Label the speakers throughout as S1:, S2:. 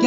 S1: ギ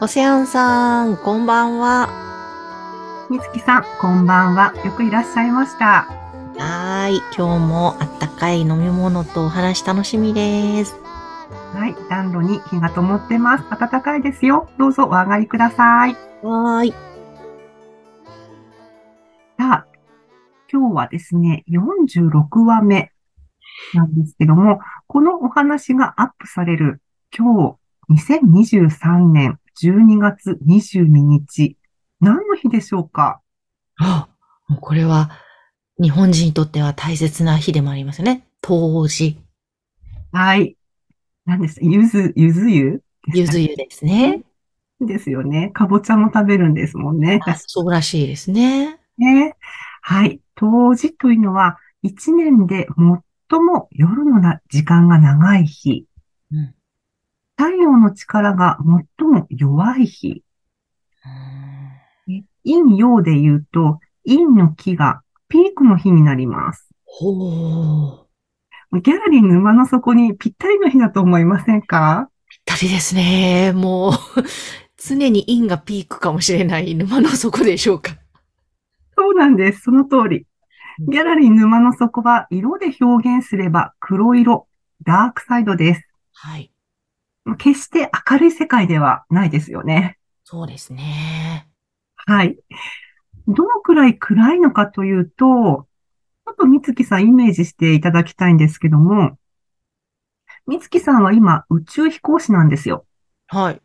S2: オセアンさん、こんばんは。
S1: みつきさんこんばんはよくいらっしゃいました
S2: はーい、今日もあったかい飲み物とお話楽しみです。
S1: はい暖炉に火が灯ってます暖かいですよどうぞお上がりください
S2: はーい。
S1: さあ今日はですね46話目なんですけどもこのお話がアップされる今日2023年12月22日何の日でしょうか
S2: あ、もうこれは日本人にとっては大切な日でもありますよね。冬至、
S1: はい。何ですゆず、ゆず湯
S2: ゆず湯ですね。
S1: ですよね。かぼちゃも食べるんですもんね。
S2: あそうらしいですね。
S1: ね。はい。冬至というのは、一年で最も夜のな時間が長い日。
S2: うん
S1: 太陽の力が最も弱い日。陰陽で言うと、陰の木がピークの日になります。
S2: ほう。
S1: ギャラリー沼の底にぴったりの日だと思いませんか
S2: ぴったりですね。もう、 常に陰がピークかもしれない沼の底でしょうか。
S1: そうなんです。その通り。ギャラリー沼の底は色で表現すれば黒色、ダークサイドです。
S2: はい。
S1: 決して明るい世界ではないですよね。
S2: そうですね。
S1: はい。どのくらい暗いのかというと、ちょっと三月さんイメージしていただきたいんですけども、三月さんは今宇宙飛行士なんですよ。
S2: はい。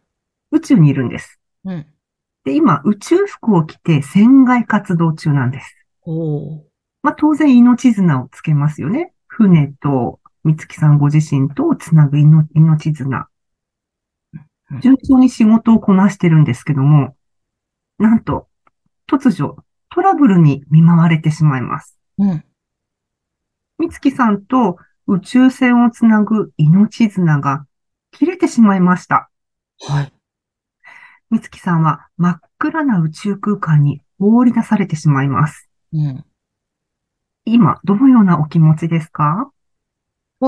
S1: 宇宙にいるんです。
S2: うん。
S1: で、今宇宙服を着て船外活動中なんです。
S2: ほう。
S1: まあ、当然命綱をつけますよね。船と、三月さんご自身とをつなぐ命命綱
S2: うん。
S1: 順調に仕事をこなしてるんですけども、なんと、突如、トラブルに見舞われてしまいます。
S2: うん。
S1: 三月さんと宇宙船をつなぐ命綱が切れてしまいました。
S2: はい。
S1: 三月さんは真っ暗な宇宙空間に放り出されてしまいます。
S2: うん。
S1: 今、どのようなお気持ちですか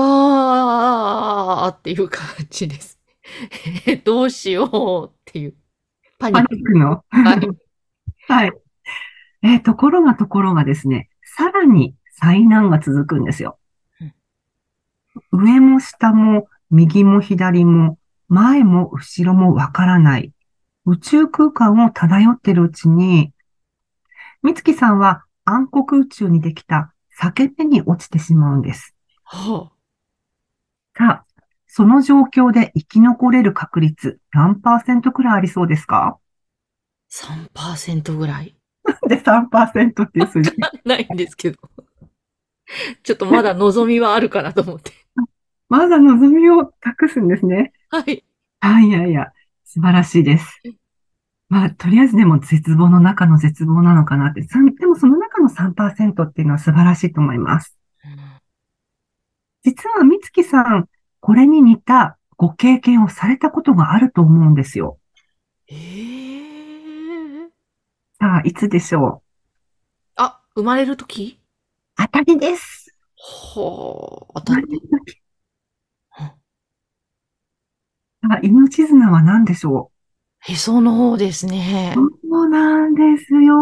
S2: わーっていう感じです。えーどうしようっていう。パニ
S1: パ
S2: ッ
S1: ニ
S2: ク。
S1: ックの。
S2: はい
S1: はい。えーところがところがですね、さらに災難が続くんですよ。上も下も右も左も前も後ろもわからない宇宙空間を漂ってるうちに、美月さんは暗黒宇宙にできた裂け目に落ちてしまうんです。
S2: は
S1: さあ、その状況で生き残れる確率何パーセントくらいありそうですか
S2: あ、3%ぐらい。
S1: で、3%っていう数字。
S2: ないんですけど。ちょっとまだ望みはあるかなと思って。
S1: まだ望みを託すんですね。
S2: はい。
S1: はい、いやいや、素晴らしいです。まあ、とりあえずでも絶望の中の絶望なのかなって、さんでもその中の3%っていうのは素晴らしいと思います。実は美月さん、これに似たご経験をされたことがあると思うんですよ。
S2: えー。
S1: さあ、いつでしょ
S2: あ、生まれるとき
S1: う当たりです。
S2: は
S1: 当
S2: あ、当た
S1: た
S2: っ
S1: り
S2: てる。
S1: さあ、命綱は何でしょ
S2: へその方ですね
S1: う。そうなんですよ。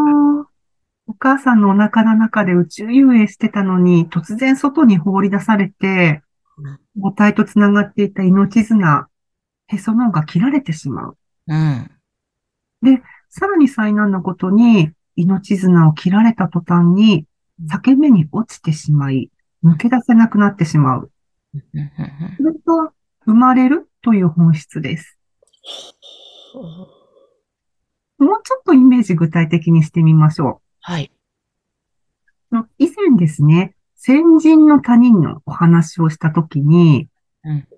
S1: お母さんのお腹の中で宇宙遊泳してたのに、突然外に放り出されて、母体とつながっていた命綱、へその緒が切られてしまう。
S2: うん。
S1: さらに災難のことに、命綱を切られた途端に、裂け目に落ちてしまい、抜け出せなくなってしまう。それが生まれるという本質です。もうちょっとイメージ具体的にしてみましょ
S2: はい。
S1: う。以前ですね、先人の他人のお話をしたときに、
S2: うん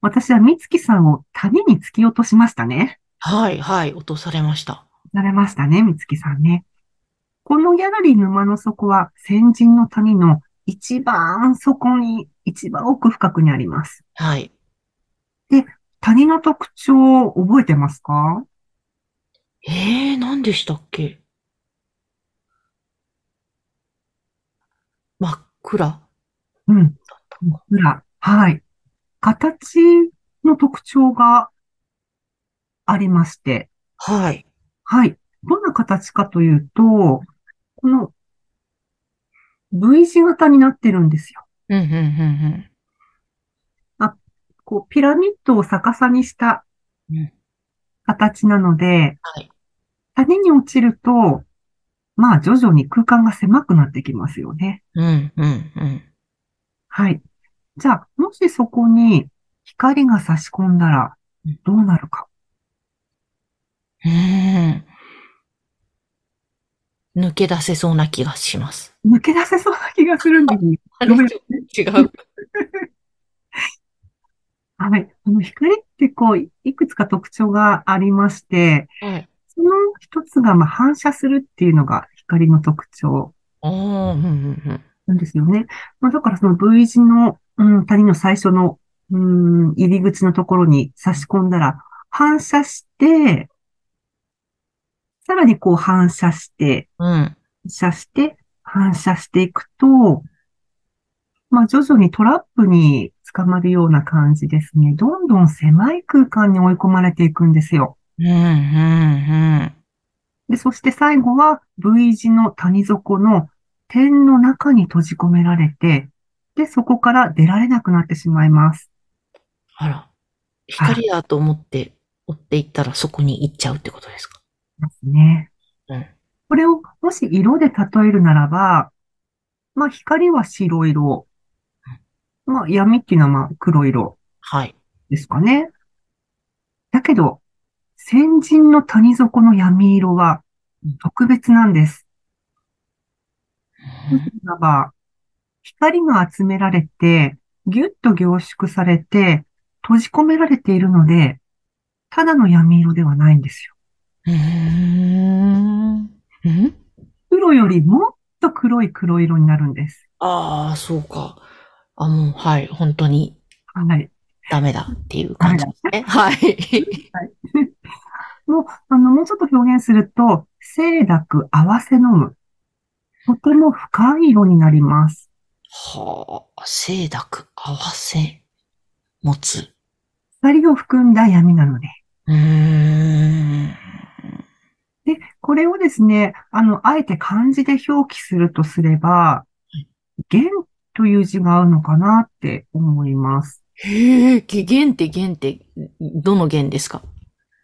S1: 私は美月さんを谷に突き落としましたね。
S2: はい、はい、落とされました。
S1: なれましたね、美月さんね。このギャラリー沼の底は先人の谷の一番底に、一番奥深くにあります。
S2: はい。
S1: 谷の特徴を覚えてますか
S2: ええー、何でしたっけ真っ暗。
S1: うん。裏。はい。形の特徴がありまして、
S2: はい。
S1: はい。どんな形かというと、この V 字型になってるんですよ。
S2: うん、うん、うん、うん。
S1: こう、ピラミッドを逆さにした
S2: うん
S1: 形なので、
S2: はい
S1: 谷に落ちると、まあ徐々に空間が狭くなってきますよね。
S2: うん、うん、うん。
S1: はい。じゃあ、もしそこに光が差し込んだら
S2: うん、
S1: どうなるか。
S2: うーん。抜け出せそうな気がします。
S1: 抜け出せそうな気がするん ですね。
S2: あ
S1: ごめん
S2: 違う。
S1: はい。あの、光ってこう、いくつか特徴がありまして、
S2: はい。
S1: その一つが、まあ、反射するっていうのが光の特徴
S2: ああ、うん、うん、
S1: なんですよね。まあ、だからその V 字の、うん、谷の最初の、うん、入り口のところに差し込んだら、反射して、さらにこう反射して、
S2: うん。うん。
S1: 反射して、反射していくと、まあ徐々にトラップに捕まるような感じですね。どんどん狭い空間に追い込まれていくんですよ。
S2: うん、うん、うん。
S1: で、そして最後は V 字の谷底の点の中に閉じ込められて、で、そこから出られなくなってしまいます。
S2: あら、光だと思って追っていったらそこに行っちゃうってことですか
S1: ですね
S2: うん。
S1: これをもし色で例えるならば、まあ光は白色、まあ闇っていうのはまあ黒色、
S2: はい。
S1: ですかね。だけど、先人の谷底の闇色は特別なんです。
S2: う
S1: なぜ
S2: ん
S1: ならば、光が集められて、ぎゅっと凝縮されて、閉じ込められているので、ただの闇色ではないんですよ。
S2: うーん。うん
S1: 黒よりもっと黒い黒色になるんです。
S2: ああ、そうか。あ、もう、はい。本当に
S1: はい。
S2: ダメだっていう感じですね。はい。
S1: もう、あの、もうちょっと表現すると、清濁合わせ飲む。とても深い色になります。
S2: はあ、清濁合わせ持つ。
S1: 光を含んだ闇なので。
S2: うーん。
S1: で、これをですね、あの、あえて漢字で表記するとすれば、元という字が合うのかなって思います。
S2: へえ、げ玄って玄って、どの玄ですか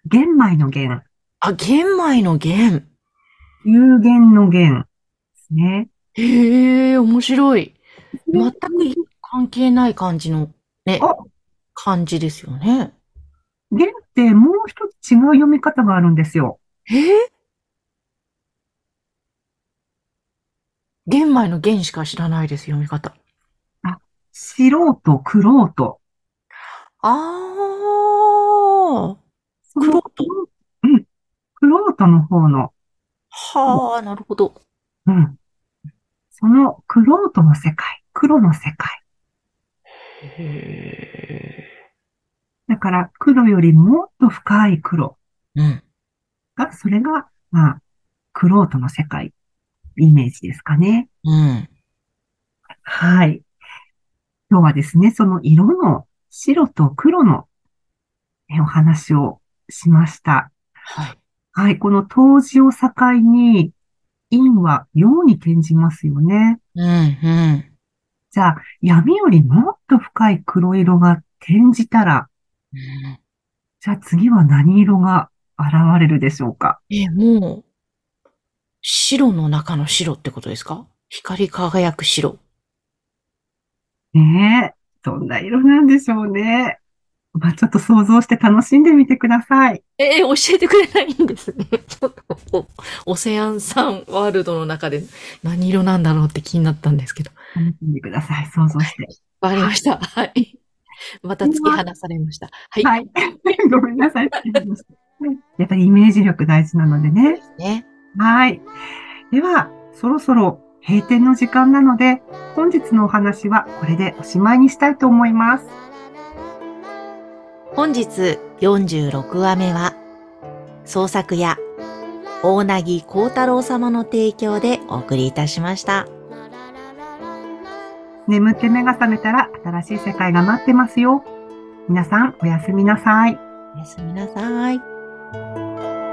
S1: 玄米の玄、
S2: あ、玄米の玄。
S1: 有限の玄ですね。
S2: へえ、面白い。全く
S1: 元
S2: 関係ない感じの、ね
S1: あ、
S2: 感じですよね。
S1: ってもう一つ違う読み方があるんですよ。
S2: えー、玄米の玄しか知らないです、読み方。
S1: 素人、苦労と。
S2: ああ、
S1: その
S2: 玄
S1: うん。苦労との方の、
S2: はあ、なるほど。
S1: うん。その苦労との世界、黒の世界。
S2: へ
S1: だから黒よりもっと深い黒。
S2: え。うん。
S1: が、それが、まあ、クロートの世界、イメージですかね。
S2: うん。
S1: はい。今日はですね、その色の白と黒のえお話をしました。
S2: はい。
S1: はい、この当時を境に、陰は陽に転じますよね。
S2: うん、うん。
S1: じゃあ、闇よりもっと深い黒色が転じたら、
S2: うん
S1: じゃあ次は何色が現れるでしょうか
S2: え、もう、白の中の白ってことですか光り輝く白。
S1: ねえ、どんな色なんでしょうね。まあ、ちょっと想像して楽しんでみてください。
S2: ええ教えてくれないんですね。 ちょっと、おオセアンさんワールドの中で何色なんだろうって気になったんですけど。
S1: 楽しんでください。想像して。
S2: わかりました。はい。
S3: また突き放されました。はい。
S1: はい。 ごめんなさい。やっぱりイメージ力大事なのでね。
S3: ですね。
S1: はい。では、そろそろ閉店の時間なので、本日のお話はこれでおしまいにしたいと思います。
S2: 本日46話目は、創作や大なぎ幸太郎様の提供でお送りいたしました。
S1: 眠って目が覚めたら新しい世界が待ってますよ。皆さんおやすみなさい。
S2: おやすみなさい。